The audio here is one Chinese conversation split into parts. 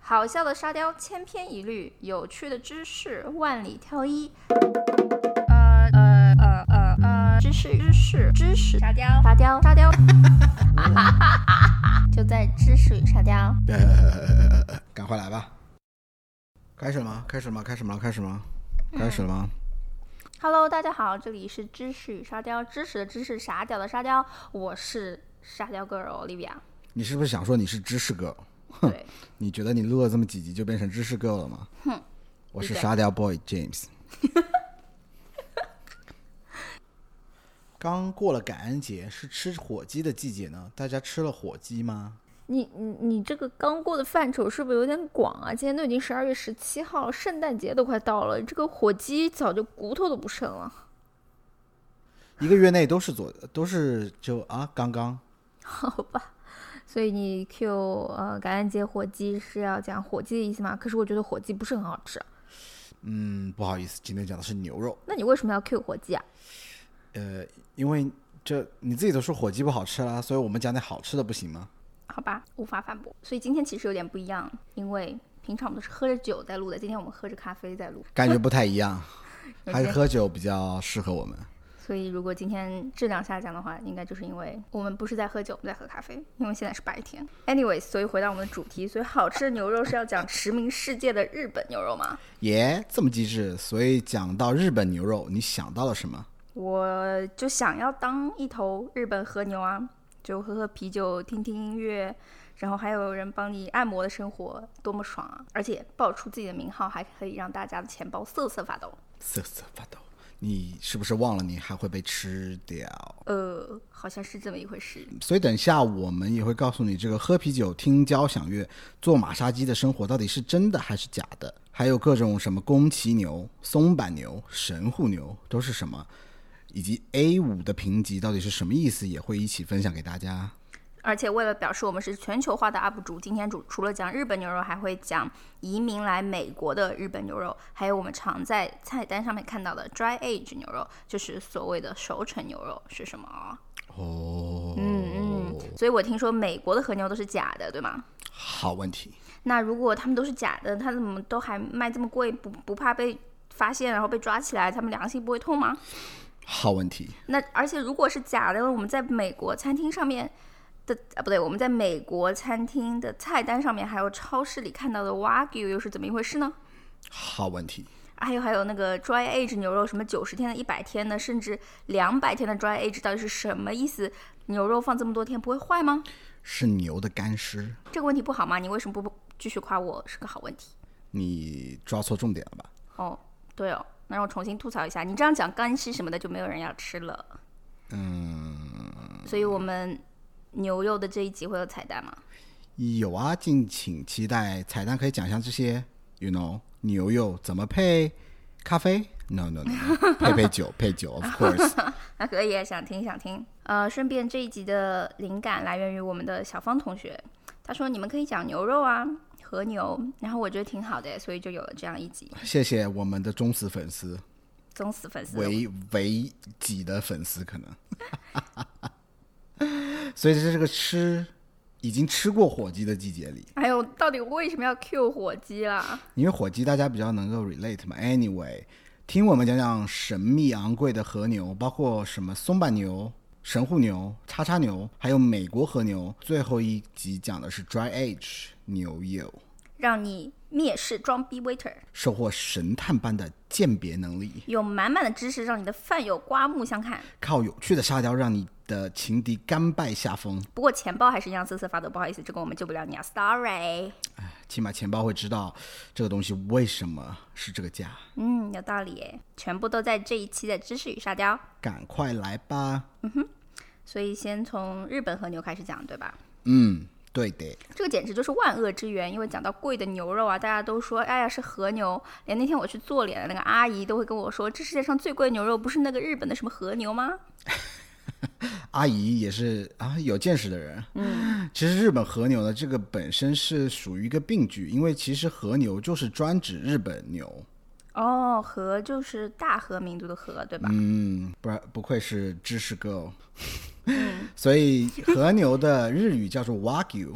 好笑的沙雕千篇一律，有趣的知识万里挑一。呃呃呃呃呃，知识知识知识沙雕，沙雕沙雕， 就在知识与沙雕。呃，赶快来吧！开始了吗？开始了吗？开始了吗？开始了吗？开始了吗？ Hello，大家好，这里是知识与沙雕，知识的知识，沙雕的沙雕，我是沙雕 girl Olivia。你是不是想说你是知识 girl？对，你觉得你录了这么几集就变成知识 girl 了吗？哼，我是沙雕 boy James。刚过了感恩节，是吃火鸡的季节呢。大家吃了火鸡吗？你你你这个刚过的范畴是不是有点广啊？今天都已经十二月十七号了，圣诞节都快到了，这个火鸡早就骨头都不剩了。一个月内都是左，都是就啊，刚刚 所以你 Q 呃感恩节火鸡是要讲火鸡的意思吗？可是我觉得火鸡不是很好吃，啊嗯，不好意思，今天讲的是牛肉。那你为什么要 Q 火鸡啊？呃，因为这你自己都说火鸡不好吃啦，所以我们讲点好吃的不行吗？好吧，无法反驳。所以今天其实有点不一样，因为平常我们都是喝着酒在录的，今天我们喝着咖啡在录。感觉不太一样，有还是些喝酒比较适合我们。所以，如果今天质量下降的话，应该就是因为我们不是在喝酒，我们在喝咖啡，因为现在是白天。Anyway，所以回到我们的主题，所以好吃的牛肉是要讲驰名世界的日本牛肉吗？耶，这么机智，所以讲到日本牛肉，你想到了什么？我就想要当一头日本和牛啊，就喝喝啤酒，听听音乐，然后还有人帮你按摩的生活，多么爽啊！而且报出自己的名号，还可以让大家的钱包瑟瑟发抖。瑟瑟发抖。你是不是忘了你还会被吃掉？呃，好像是这么一回事。所以等下我们也会告诉你，这个喝啤酒、听交响乐、做马杀鸡的生活到底是真的还是假的？还有各种什么宫崎牛、松板牛、神户牛都是什么，以及 A 五的评级到底是什么意思，也会一起分享给大家。而且为了表示我们是全球化的 UP 主，今天主除了讲日本牛肉，还会讲移民来美国的日本牛肉，还有我们常在菜单上面看到的 dry age 牛肉，就是所谓的熟成牛肉是什么啊？哦，嗯嗯，所以我听说美国的和牛都是假的，对吗？好问题。那如果他们都是假的，他怎么都还卖这么贵，不不怕被发现然后被抓起来，他们良心不会痛吗？好问题，那而且如果是假的，我们在美国餐厅上面的啊不对，我们在美国餐厅的菜单上面，还有超市里看到的 Wagyu 又是怎么一回事呢？好问题，还有还有那个 dry age 牛肉，什么九十天的、一百天的，甚至两百天的 dry age 到底是什么意思？牛肉放这么多天不会坏吗？是牛的干尸，这个问题不好吗？你为什么不继续夸我是个好问题？你抓错重点了吧？哦，对哦，那让我重新吐槽一下，你这样讲干尸什么的就没有人要吃了。嗯，所以我们牛肉的这一集会有彩蛋吗？有啊，敬请期待彩蛋可以讲一下这些，you know，牛肉怎么配咖啡？No No No，, no 配配酒，配酒，of course。啊，可以，想听想听。呃，顺便这一集的灵感来源于我们的小芳同学，他说你们可以讲牛肉啊，和牛，然后我觉得挺好的，所以就有了这样一集谢谢我们的忠实粉丝，忠实粉丝。唯唯几的粉丝可能。 所以在这个吃已经吃过火鸡的季节里，哎呦，到底为什么要 Q 火鸡啊啦？因为火鸡大家比较能够 relate 嘛。Anyway，听我们讲讲神秘昂贵的和牛，包括什么松板牛、神户牛、叉叉牛，还有美国和牛。最后一集讲的是 dry age 牛油，让你蔑视装逼 waiter，收获神探般的鉴别能力，有满满的知识让你的饭友刮目相看。靠有趣的沙雕让你的情敌甘拜下风。不过钱包还是一样瑟瑟发抖，不好意思，这个我们救不了你啊，sorry。起码钱包会知道这个东西为什么是这个价。嗯，有道理耶，全部都在这一期的知识与沙雕。赶快来吧，所以先从日本和牛开始讲，对吧？嗯，对的。这个简直就是万恶之源，因为讲到贵的牛肉啊，大家都说哎呀是和牛，连那天我去做脸的那个阿姨都会跟我说，这世界上最贵的牛肉不是那个日本的什么和牛吗？阿姨也是啊，有见识的人。嗯，其实日本和牛呢，这个本身是属于一个病句，因为其实和牛就是专指日本牛。哦，和就是大和民族的和，对吧？嗯，不然不愧是 知识 girl。所以和牛的日语叫做 wagyu。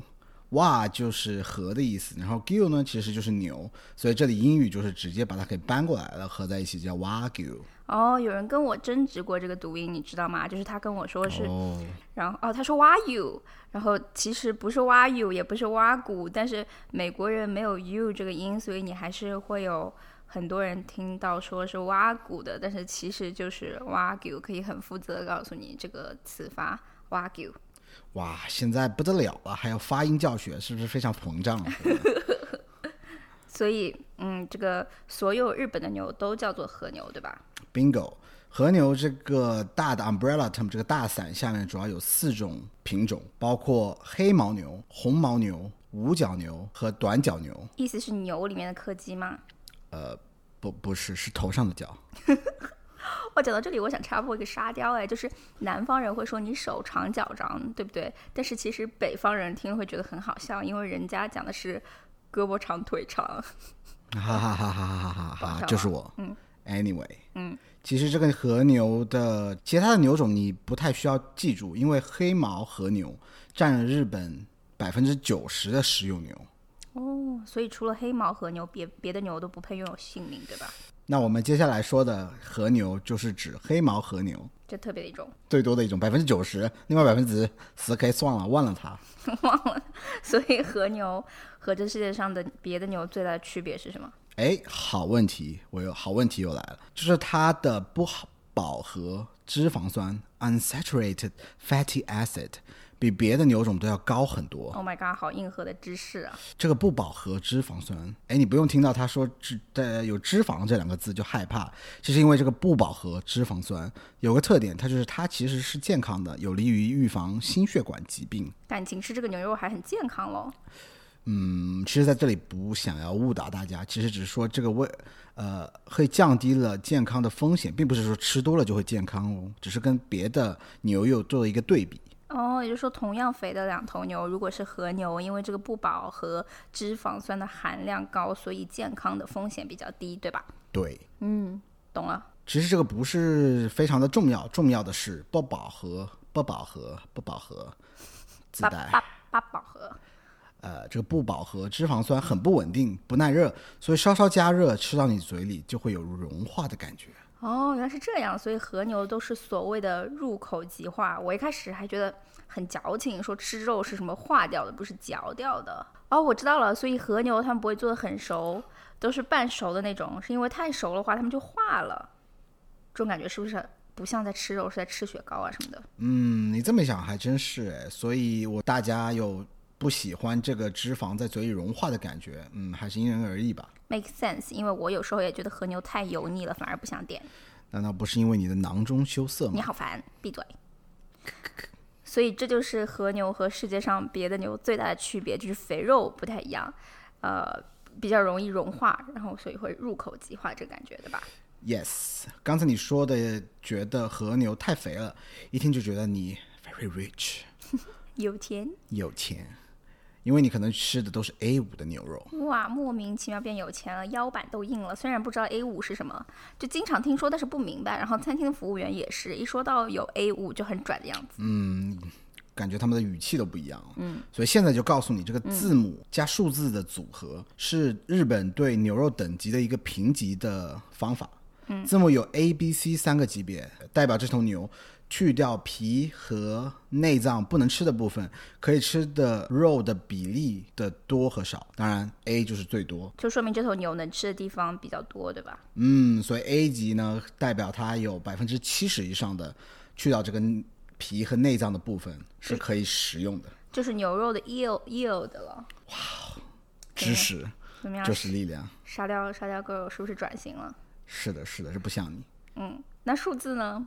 哇就是和的意思，然后 gill 呢其实就是牛，所以这里英语就是直接把它给搬过来了，合在一起叫哇 gill。哦，有人跟我争执过这个读音，你知道吗？就是他跟我说是，哦，然后哦，他说 Wagyu，然后其实不是 Wagyu，也不是蛙骨，但是美国人没有 u 这个音，所以你还是会有很多人听到说是蛙骨的，但是其实就是 Wagyu，可以很负责的告诉你这个词发 Wagyu。哇，现在不得了了，还有发音教学，是不是非常膨胀啊了？所以，嗯，这个所有日本的牛都叫做和牛，对吧？ Bingo，和牛这个大的 umbrella term 这个大伞下面主要有四种品种，包括黑牦牛、红牦牛、五角牛和短角牛。意思是牛里面的柯基吗？不，不是，是头上的角。我讲到这里，我想插播一个沙雕，哎，就是南方人会说你手长脚长，对不对？但是其实北方人听了会觉得很好笑，因为人家讲的是胳膊长腿长。哈哈哈哈哈哈哈绑哈，上就是我。嗯，anyway，嗯，其实这个和牛的其他的牛种你不太需要记住，因为黑毛和牛占了日本百分之九十的食用牛。 哦，所以除了黑毛和牛，别别的牛都不配拥有姓名，对吧？那我们接下来说的和牛就是指黑毛和牛。这特别的一种， 最多的一种，百分之九十，另外百分之十可以算了，忘了它。所以和牛和这世界上的别的牛最大的区别是什么？哎，好问题，我有好问题又来了，就是它的不好饱和脂肪酸 （unsaturated fatty acid） 比别的牛种都要高很多。 Oh my god，好硬核的知识啊！这个不饱和脂肪酸，哎，你不用听到他说脂呃有脂肪这两个字就害怕，这是因为这个不饱和脂肪酸有个特点，它就是它其实是健康的，有利于预防心血管疾病。感情吃这个牛肉还很健康喽。嗯，其实在这里不想要误导大家，其实只是说这个味，呃，会降低了健康的风险，并不是说吃多了就会健康哦，只是跟别的牛肉做了一个对比。哦，也就是说，同样肥的两头牛，如果是和牛，因为这个不饱和脂肪酸的含量高，所以健康的风险比较低，对吧？对，懂了。其实这个不是非常的重要，重要的是不饱和，不饱和，不饱和，自八带八八饱和，呃，这个不饱和脂肪酸很不稳定，不耐热，所以稍稍加热吃到你嘴里就会有融化的感觉。哦，原来是这样，所以和牛都是所谓的入口即化。我一开始还觉得很矫情，说吃肉是什么化掉的，不是嚼掉的。哦，我知道了，所以和牛他们不会做的很熟，都是半熟的那种，是因为太熟的话他们就化了。这种感觉是不是不像在吃肉，是在吃雪糕啊什么的？嗯，你这么想还真是哎，所以我大家有不喜欢这个脂肪在嘴里融化的感觉，嗯，还是因人而异吧。 make sense，因为我有时候也觉得和牛太油腻了，反而不想点。难道不是因为你的囊中羞涩你吗？好烦，闭嘴。所以这就是和牛和世界上别的牛最大的区别，就是肥肉不太一样，呃，比较容易融化，然后所以会入口即化这个感觉，对吧？ Yes，刚才你说的觉得和牛太肥了，一听就觉得你 very rich 有钱有钱，因为你可能吃的都是 A 五的牛肉。哇，莫名其妙变有钱了，腰板都硬了。虽然不知道 A 五是什么，就经常听说，但是不明白。然后餐厅的服务员也是一说到有 A 五就很拽的样子。感觉他们的语气都不一样。嗯，所以现在就告诉你，这个字母加数字的组合是日本对牛肉等级的一个评级的方法。嗯，字母有 A、B、C 三个级别，代表这头牛去掉皮和内脏不能吃的部分，可以吃的肉的比例的多和少。当然，A 就是最多。就说明这头牛能吃的地方比较多，对吧？嗯，所以 A 级呢，代表它有百分之七十以上的去掉这个皮和内脏的部分是可以食用的。就是牛肉的 yield yield 了。知识。怎么样？就是力量。沙雕沙雕 girl 是不是转型了？嗯是的，是的，是不像你。那数字呢？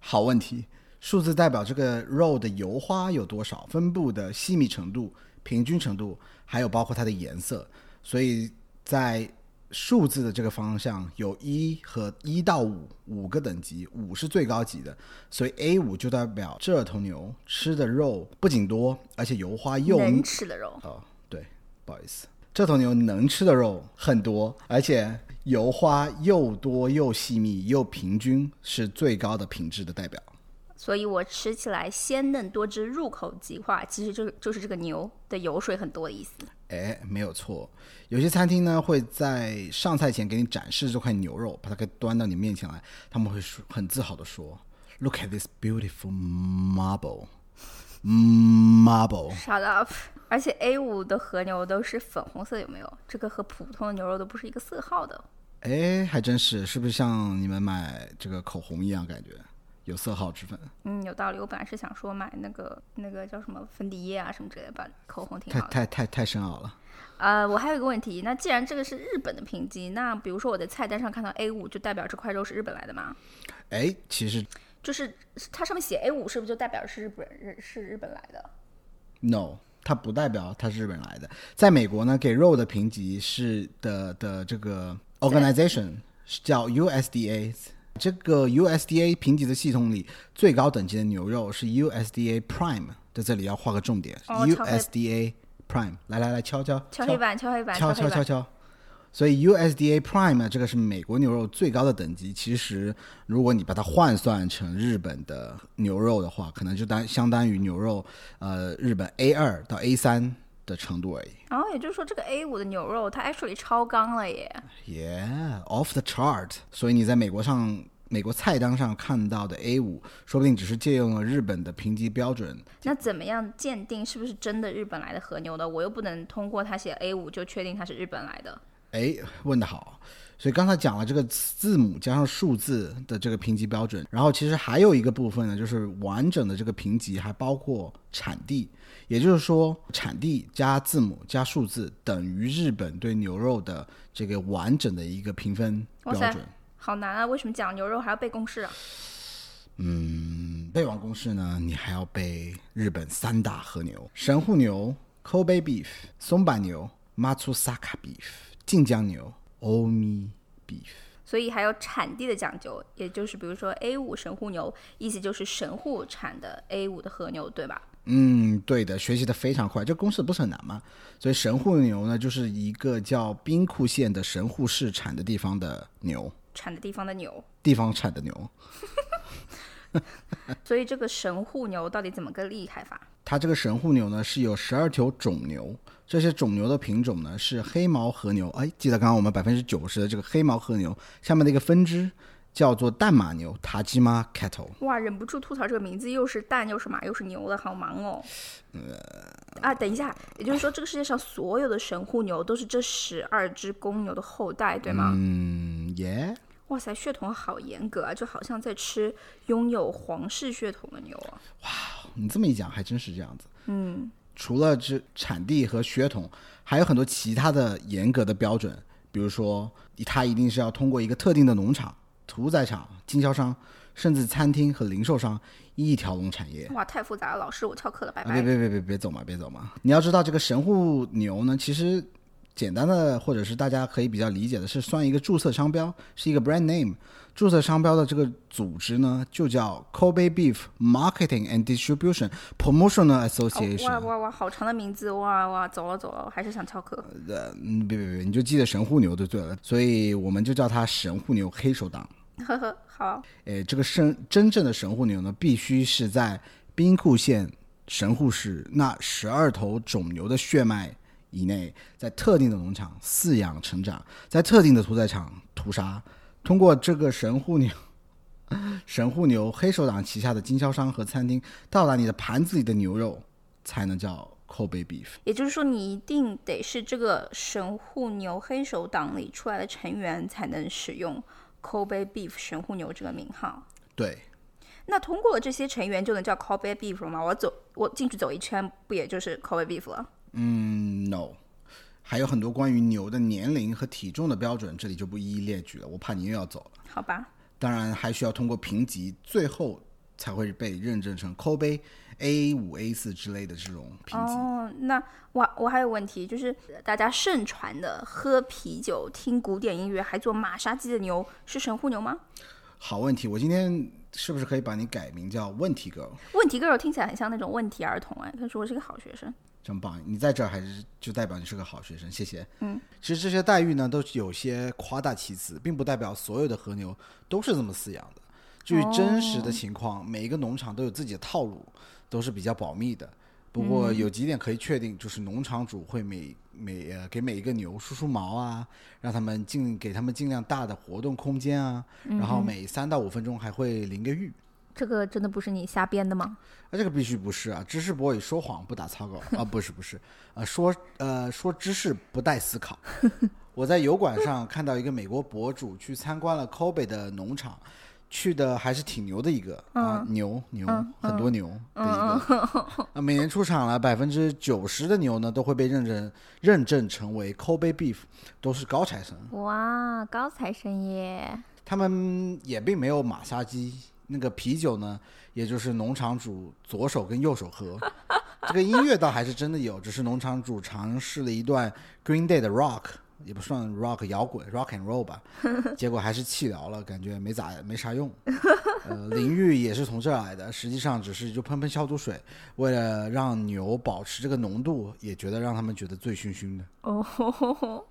好问题，数字代表这个肉的油花有多少，分布的细密程度、平均程度，还有包括它的颜色。所以在数字的这个方向有一和一到五五个等级，五是最高级的，所以 A 五就代表这头牛吃的肉不仅多，而且油花又能吃的肉，哦，对，不好意思，这头牛能吃的肉很多，而且油花又多又细密又平均，是最高的品质的代表。所以我吃起来鲜嫩多汁，入口即化，其实就是就是这个牛的油水很多的意思。哎，没有错。有些餐厅呢会在上菜前给你展示这块牛肉，把它给端到你面前来，他们会说很自豪的说：“Look at this beautiful marble, marble。 Shut up！而 且 A 五的和牛都是粉红色，有没有？这个和普通的牛肉都不是一个色号的。”哎，还真是，是不是像你们买这个口红一样，感觉有色号之分？嗯，有道理。我本来是想说买那个那个叫什么粉底液啊什么之类的，把口红挺太好的。太太太深奥了。呃，我还有一个问题，那既然这个是日本的评级，那比如说我的菜单上看到 A 五，就代表这块肉是日本来的吗？哎，其实就是它上面写 A 五，是不是就代表是日本日是日本来的？ No，它不代表它是日本来的。在美国呢，给肉的评级是的的这个 organization 是叫 USDA。这个 USDA 评级的系统里，最高等级的牛肉是 USDA Prime，在这里要画个重点。哦敲黑 USDA Prime，来来来，敲敲敲黑板，敲黑板，敲黑敲板敲。敲。所以 USDA Prime 啊呢，这个是美国牛肉最高的等级。其实，如果你把它换算成日本的牛肉的话，可能就单相当于牛肉呃日本 A 二到 A 三的程度而已。然哦后也就是说，这个 A 五的牛肉它 actually 超纲了耶。 Yeah, off the chart。所以你在美国上美国菜单上看到的 A 五，说不定只是借用了日本的评级标准。那怎么样鉴定是不是真的日本来的和牛呢？我又不能通过它写 A 五就确定它是日本来的。哎，问得好。所以刚才讲了这个字母加上数字的这个评级标准，然后其实还有一个部分呢，就是完整的这个评级还包括产地，也就是说产地加字母加数字等于日本对牛肉的这个完整的一个评分标哇塞准。好难啊！为什么讲牛肉还要背公式啊？嗯，背完公式呢，你还要背日本三大和牛：神户牛 （Kobe Beef）、松板牛 （Matsusaka Beef）、晋江牛 （Omi Beef）。所以还有产地的讲究，也就是比如说 A 五神户牛，意思就是神户产的 A 五的和牛，对吧？嗯，对的，学习的非常快，这公式不是很难吗？所以神户牛呢，就是一个叫兵库县的神户市产的地方的牛，产的地方的牛，地方产的牛。所以这个神户牛到底怎么个厉害法？它这个神户牛呢，是有十二头种牛，这些种牛的品种呢是黑毛和牛。哎，记得刚刚我们百分之九十的这个黑毛和牛下面的一个分支叫做淡马牛 （Tajima cattle）。哇，忍不住吐槽这个名字，又是蛋又是马又是牛的，好忙哦。啊，等一下，也就是说，这个世界上所有的神户牛都是这十二只公牛的后代，对吗？嗯，耶、哇塞，血统好严格啊，就好像在吃拥有皇室血统的牛啊。你这么一讲，还真是这样子。嗯，除了这产地和血统，还有很多其他的严格的标准，比如说，它一定是要通过一个特定的农场、屠宰场、经销商，甚至餐厅和零售商一条龙产业。哇，太复杂了，老师，我翘课了，拜啊，拜别。别别别别走嘛，别走嘛！你要知道，这个神户牛呢，其实简单的或者是大家可以比较理解的是，算一个注册商标，是一个 brand name。注册商标的这个组织呢，就叫 Kobe Beef Marketing and Distribution Promotional 哦、哇 Association。哇哇，好长的名字，哇哇，走了走了，我还是想翘课。嗯，别别别，你就记得神户牛就对了，所以我们就叫它神户牛黑手党。呵呵，好，诶，呃这个神真正的神户牛呢，必须是在兵库县神户市那十二头种牛的血脉以内，在特定的农场饲养成长，在特定的屠宰场屠杀，通过这个神户牛。 神户牛黑手党旗下的经销商和餐厅到达你的盘子里的牛肉，才能叫 Kobe beef。也就是说，你一定得是这个神户牛黑手党里出来的成员才能使用 Kobe Beef 神户牛这个名号。对，那通过了这些成员就能叫 Kobe Beef 了吗？我走，我进去走一圈，不也就是 Kobe Beef 了？嗯，no，还有很多关于牛的年龄和体重的标准，这里就不一一列举了，我怕你又要走了。好吧，当然还需要通过评级，最后才会被认证成 Kobe A 五 A 四之类的这种评级。哦，那我我还有问题，就是大家盛传的喝啤酒、听古典音乐还做马杀鸡的牛是神户牛吗？好问题，我今天是不是可以把你改名叫问题 girl？问题 girl 听起来很像那种问题儿童哎，但是我是个好学生。真棒！你在这儿还是就代表你是个好学生，谢谢。嗯，其实这些待遇呢，都是有些夸大其词，并不代表所有的和牛都是这么饲养的。至于真实的情况，每一个农场都有自己的套路，都是比较保密的。不过有几点可以确定，就是农场主会每每呃给每一个牛梳梳毛啊，让他们尽给他们尽量大的活动空间啊，然后每三到五分钟还会淋个浴。这个真的不是你瞎编的吗？那、这个必须不是啊，知识 boy 说谎不打草稿啊，不是不是，呃说呃说知识不带思考。 我在油管上看到一个美国博主去参观了 Kobe 的农场，去的还是挺牛的一个、啊牛牛、很多牛的一个，啊每年出场了百分之九十的牛呢都会被认证认证成为 Kobe beef，都是高材生，哇，高材生耶！他们也并没有马杀鸡。那个啤酒呢，也就是农场主左手跟右手喝。 这个音乐倒还是真的有，只是农场主尝试了一段 Green Day 的 rock，也不算 rock 摇滚，rock and roll 吧，结果还是气疗了，感觉没咋没啥用。呃，淋浴也是从这儿来的，实际上只是就喷喷消毒水，为了让牛保持这个浓度，也觉得让他们觉得醉醺醺的。哦，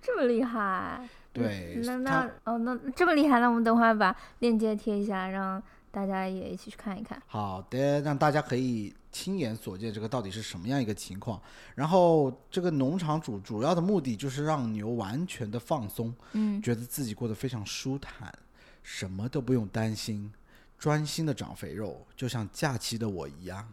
这么厉害！对，那它那哦，那这么厉害，那我们等会儿把链接贴一下，让大家也一起去看一看。好的，让大家可以亲眼所见这个到底是什么样一个情况。然后这个农场主主要的目的就是让牛完全的放松，嗯，觉得自己过得非常舒坦，什么都不用担心，专心的长肥肉，就像假期的我一样。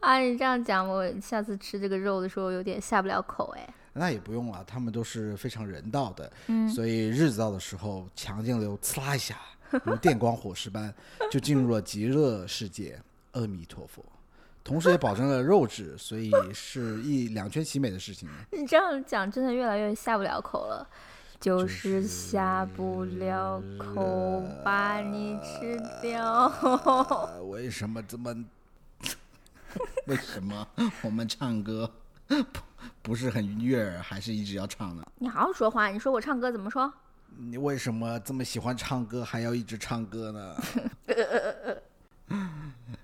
啊，你这样讲，我下次吃这个肉的时候有点下不了口哎。那也不用了，他们都是非常人道的，嗯，所以日子到的时候，强劲流刺啦一下，如电光火石般就进入了极乐世界，阿弥陀佛。同时也保证了肉质，所以是一两全其美的事情。你这样讲，真的越来越下不了口了。就就是下不了口，把你吃掉。哦呃，为什么这么？为什么我们唱歌不不是很悦耳，还是一直要唱呢？你好好说话，你说我唱歌怎么说？你为什么这么喜欢唱歌，还要一直唱歌呢？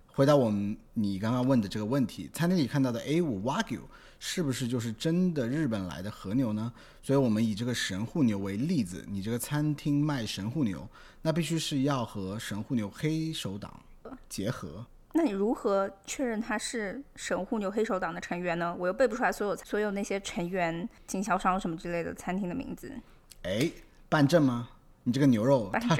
回答我们你刚刚问的这个问题，餐厅里看到的 A 五 Wagyu 是不是就是真的日本来的和牛呢？所以我们以这个神户牛为例子，你这个餐厅卖神户牛，那必须是要和神户牛黑手党结合。那你如何确认他是神户牛黑手党的成员呢？我又背不出来所有所有那些成员、经销商什么之类的餐厅的名字。哎，办证吗？你这个牛肉，它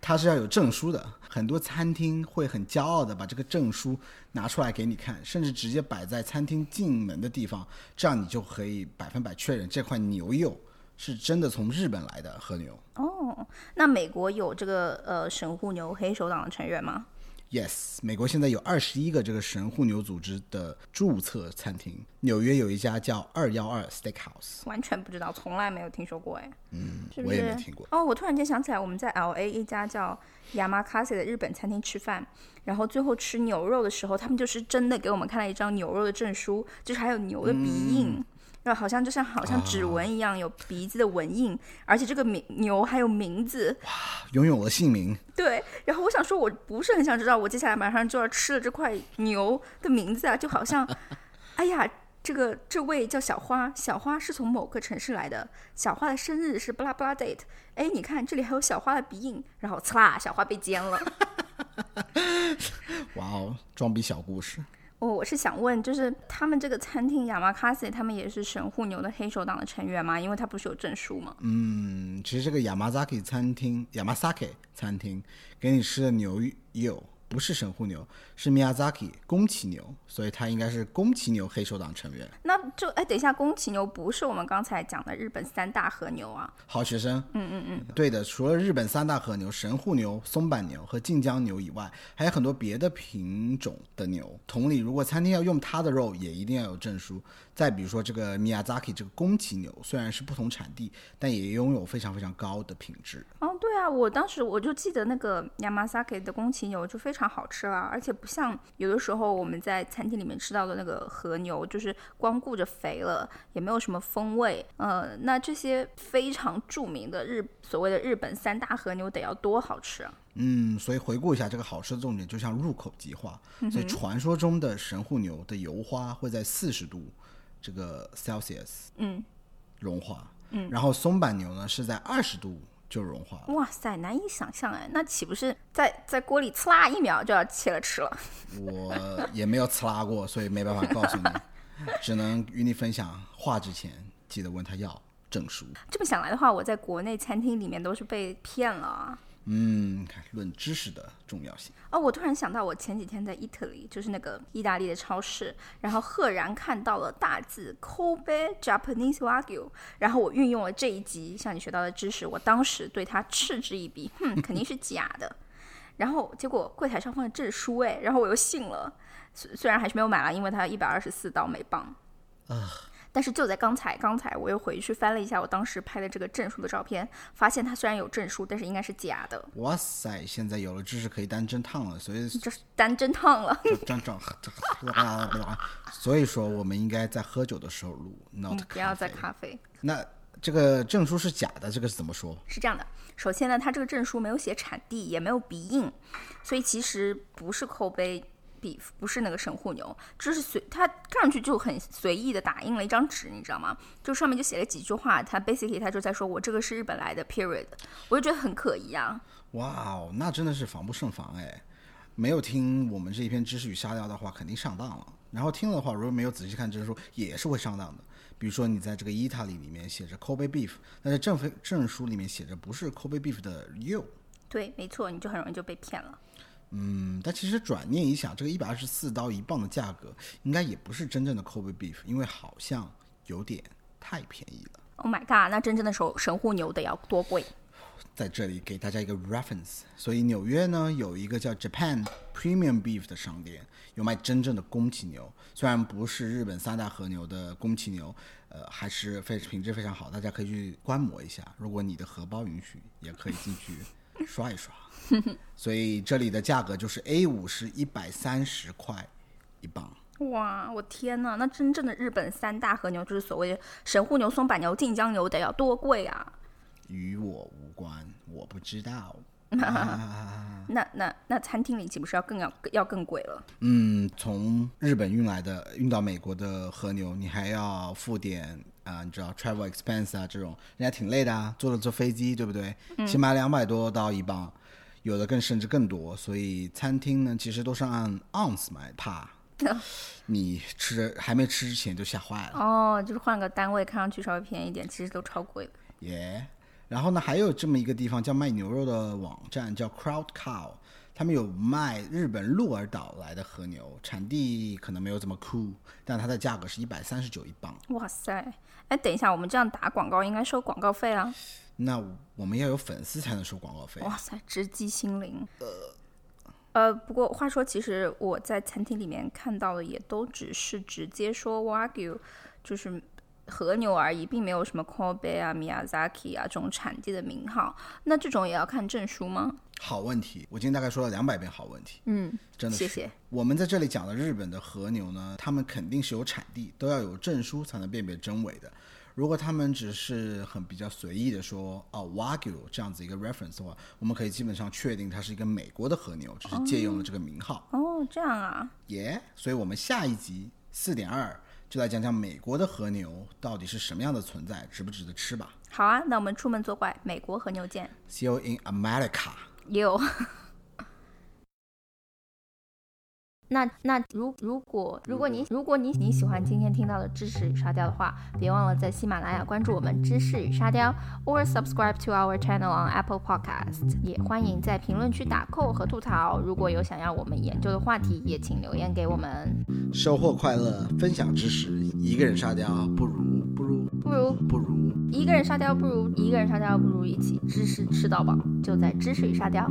它是要有证书的。很多餐厅会很骄傲的把这个证书拿出来给你看，甚至直接摆在餐厅进门的地方，这样你就可以百分百确认这块牛肉是真的从日本来的和牛。 哦，那美国有这个呃神户牛黑手党的成员吗？ Yes，美国现在有二十一个这个神户牛组织的注册餐厅，纽约有一家叫二幺二 Steakhouse，完全不知道，从来没有听说过哎。嗯，是不我也没是？听过。哦，我突然间想起来，我们在 L A 一家叫 Yamakase 的日本餐厅吃饭，然后最后吃牛肉的时候，他们就是真的给我们看了一张牛肉的证书，就是还有牛的鼻嗯印，然后好像就像好像啊指纹一样，有鼻子的纹印，而且这个名牛还有名字，拥有了姓名，对。然后我想说，我不是很想知道我接下来马上就要吃的这块牛的名字啊，就好像，哎呀。这个这位叫小花，小花是从某个城市来的。小花的生日是布拉布拉 date。哎，你看这里还有小花的鼻印，然后呲啦，小花被奸了。 哇哦，装逼小故事。哦我、我是想问，就是他们这个餐厅亚麻卡西，他们也是神户牛的黑手党的成员吗？因为他不是有证书吗？嗯，其实这个 Yamazaki 餐厅，Yamazaki 餐厅给你吃的牛肉不是神户牛，是 Miyazaki 宫崎牛，所以它应该是宫崎牛黑手党成员。那就哎，等一下，宫崎牛不是我们刚才讲的日本三大和牛啊？好学生，嗯嗯嗯，对的。除了日本三大和牛——神户牛、松板牛和近江牛以外，还有很多别的品种的牛。同理，如果餐厅要用它的肉，也一定要有证书。再比如说这个 Miyazaki 这个宫崎牛，虽然是不同产地，但也拥有非常非常高的品质。哦，对啊，我当时我就记得那个 Yamasaki 的宫崎牛就非常好吃啦，而且不像有的时候我们在餐厅里面吃到的那个和牛，就是光顾着肥了，也没有什么风味。呃，那这些非常著名的日所谓的日本三大和牛得要多好吃啊！嗯，所以回顾一下这个好吃的重点，就像入口即化。嗯所以传说中的神户牛的油花会在四十度这个 Celsius 嗯融化，然后松板牛呢是在二十度就融化了。哇塞，难以想象哎，那岂不是在在锅里呲啦一秒就要切了吃了？我也没有刺拉过，所以没办法告诉你，只能与你分享。画之前记得问他要证书。这么想来的话，我在国内餐厅里面都是被骗了啊。嗯，看论知识的重要性。哦，我突然想到，我前几天在 Italy，就是那个意大利的超市，然后赫然看到了大字 Kobe Japanese Wagyu，然后我运用了这一集向你学到的知识，我当时对它嗤之以鼻，哼，肯定是假的。然后结果柜台上放的证书，哎，然后我又信了，虽虽然还是没有买了，因为它一百二十四刀每磅。啊，但是就在刚才，刚才我又回去翻了一下我当时拍的这个证书的照片，发现它虽然有证书，但是应该是假的，哇塞，现在有了知识可以当真烫了，所以这是单真烫了。就这样这样所以说我们应该在喝酒的时候录，not 嗯，不要再咖啡咖啡。那这个证书是假的，这个是怎么说？是这样的，首先呢，它这个证书没有写产地，也没有鼻印，所以其实不是 Kobe beef，不是那个神户牛，就是随它看上去就很随意的打印了一张纸，你知道吗？就上面就写了几句话，它 basically 它就在说我这个是日本来的 period，我就觉得很可疑啊。哇哦，那真的是防不胜防哎！没有听我们这一篇知识与瞎聊的话，肯定上当了。然后听了的话，如果没有仔细看证书，也是会上当的。比如说你在这个意大利里面写着 Kobe beef，但是证证书里面写着不是 Kobe beef 的 you。对，没错，你就很容易就被骗了。嗯，但其实转念一想，这个一百二十四刀一磅的价格，应该也不是真正的 Kobe beef，因为好像有点太便宜了。 Oh my god，那真正的神神户牛得要多贵？在这里给大家一个 reference。所以纽约呢有一个叫 Japan Premium Beef 的商店，有卖真正的宫崎牛，虽然不是日本三大和牛的宫崎牛，呃，还是非品质非常好，大家可以去观摩一下。如果你的荷包允许，也可以进去刷一刷。所以这里的价格就是 A 五是一百三十块一磅。哇，我天呐，那真正的日本三大和牛就是所谓的神户牛、松板牛、近江牛得要多贵啊？与我无关，我不知道。啊那那那餐厅里岂不是要更要要更贵了？嗯，从日本运来的运到美国的和牛，你还要付点啊、你知道 travel expense 啊这种，人家挺累的啊，坐了坐飞机，对不对？起码两百多到一磅，有的更甚至更多。所以餐厅呢，其实都是按 ounce 买，怕你吃着还没吃之前就吓坏了，哦，就是换个单位，看上去稍微便宜一点，其实都超贵的。耶、然后呢，还有这么一个地方叫卖牛肉的网站，叫 Crowd Cow。他们有卖日本鹿儿岛来的和牛，产地可能没有这么酷，但它的价格是一百三十九一磅。哇塞！哎，等一下，我们这样打广告应该收广告费啊！那我们要有粉丝才能收广告费。哇塞，直击心灵。呃，不过话说，其实我在餐厅里面看到的也都只是直接说 Wagyu，就是和牛而已，并没有什么 Kobe 啊、Miyazaki 啊这种产地的名号。那这种也要看证书吗？好问题，我今天大概说了两百遍好问题，嗯，真的是。谢谢。我们在这里讲的日本的和牛呢，他们肯定是有产地，都要有证书才能辨别真伪的。如果他们只是很比较随意的说哦 Wagyu 这样子一个 reference 的话，我们可以基本上确定它是一个美国的和牛，只是借用了这个名号。哦，这样啊。耶、所以我们下一集四点二就来讲讲美国的和牛到底是什么样的存在，值不值得吃吧好啊，那我们出门作怪，美国和牛见。 ？See you in America。也有。 那那如如果如果你如果你你喜欢今天听到的知识与沙雕的话，别忘了在喜马拉雅关注我们知识与沙雕，or subscribe to our channel on Apple Podcast。也欢迎在评论区打扣和吐槽。如果有想要我们研究的话题，也请留言给我们。收获快乐，分享知识，一个人沙雕不如不如不如不如。一个人沙雕，不如一个人沙 雕，不如一起知识吃到饱，就在知识与沙雕。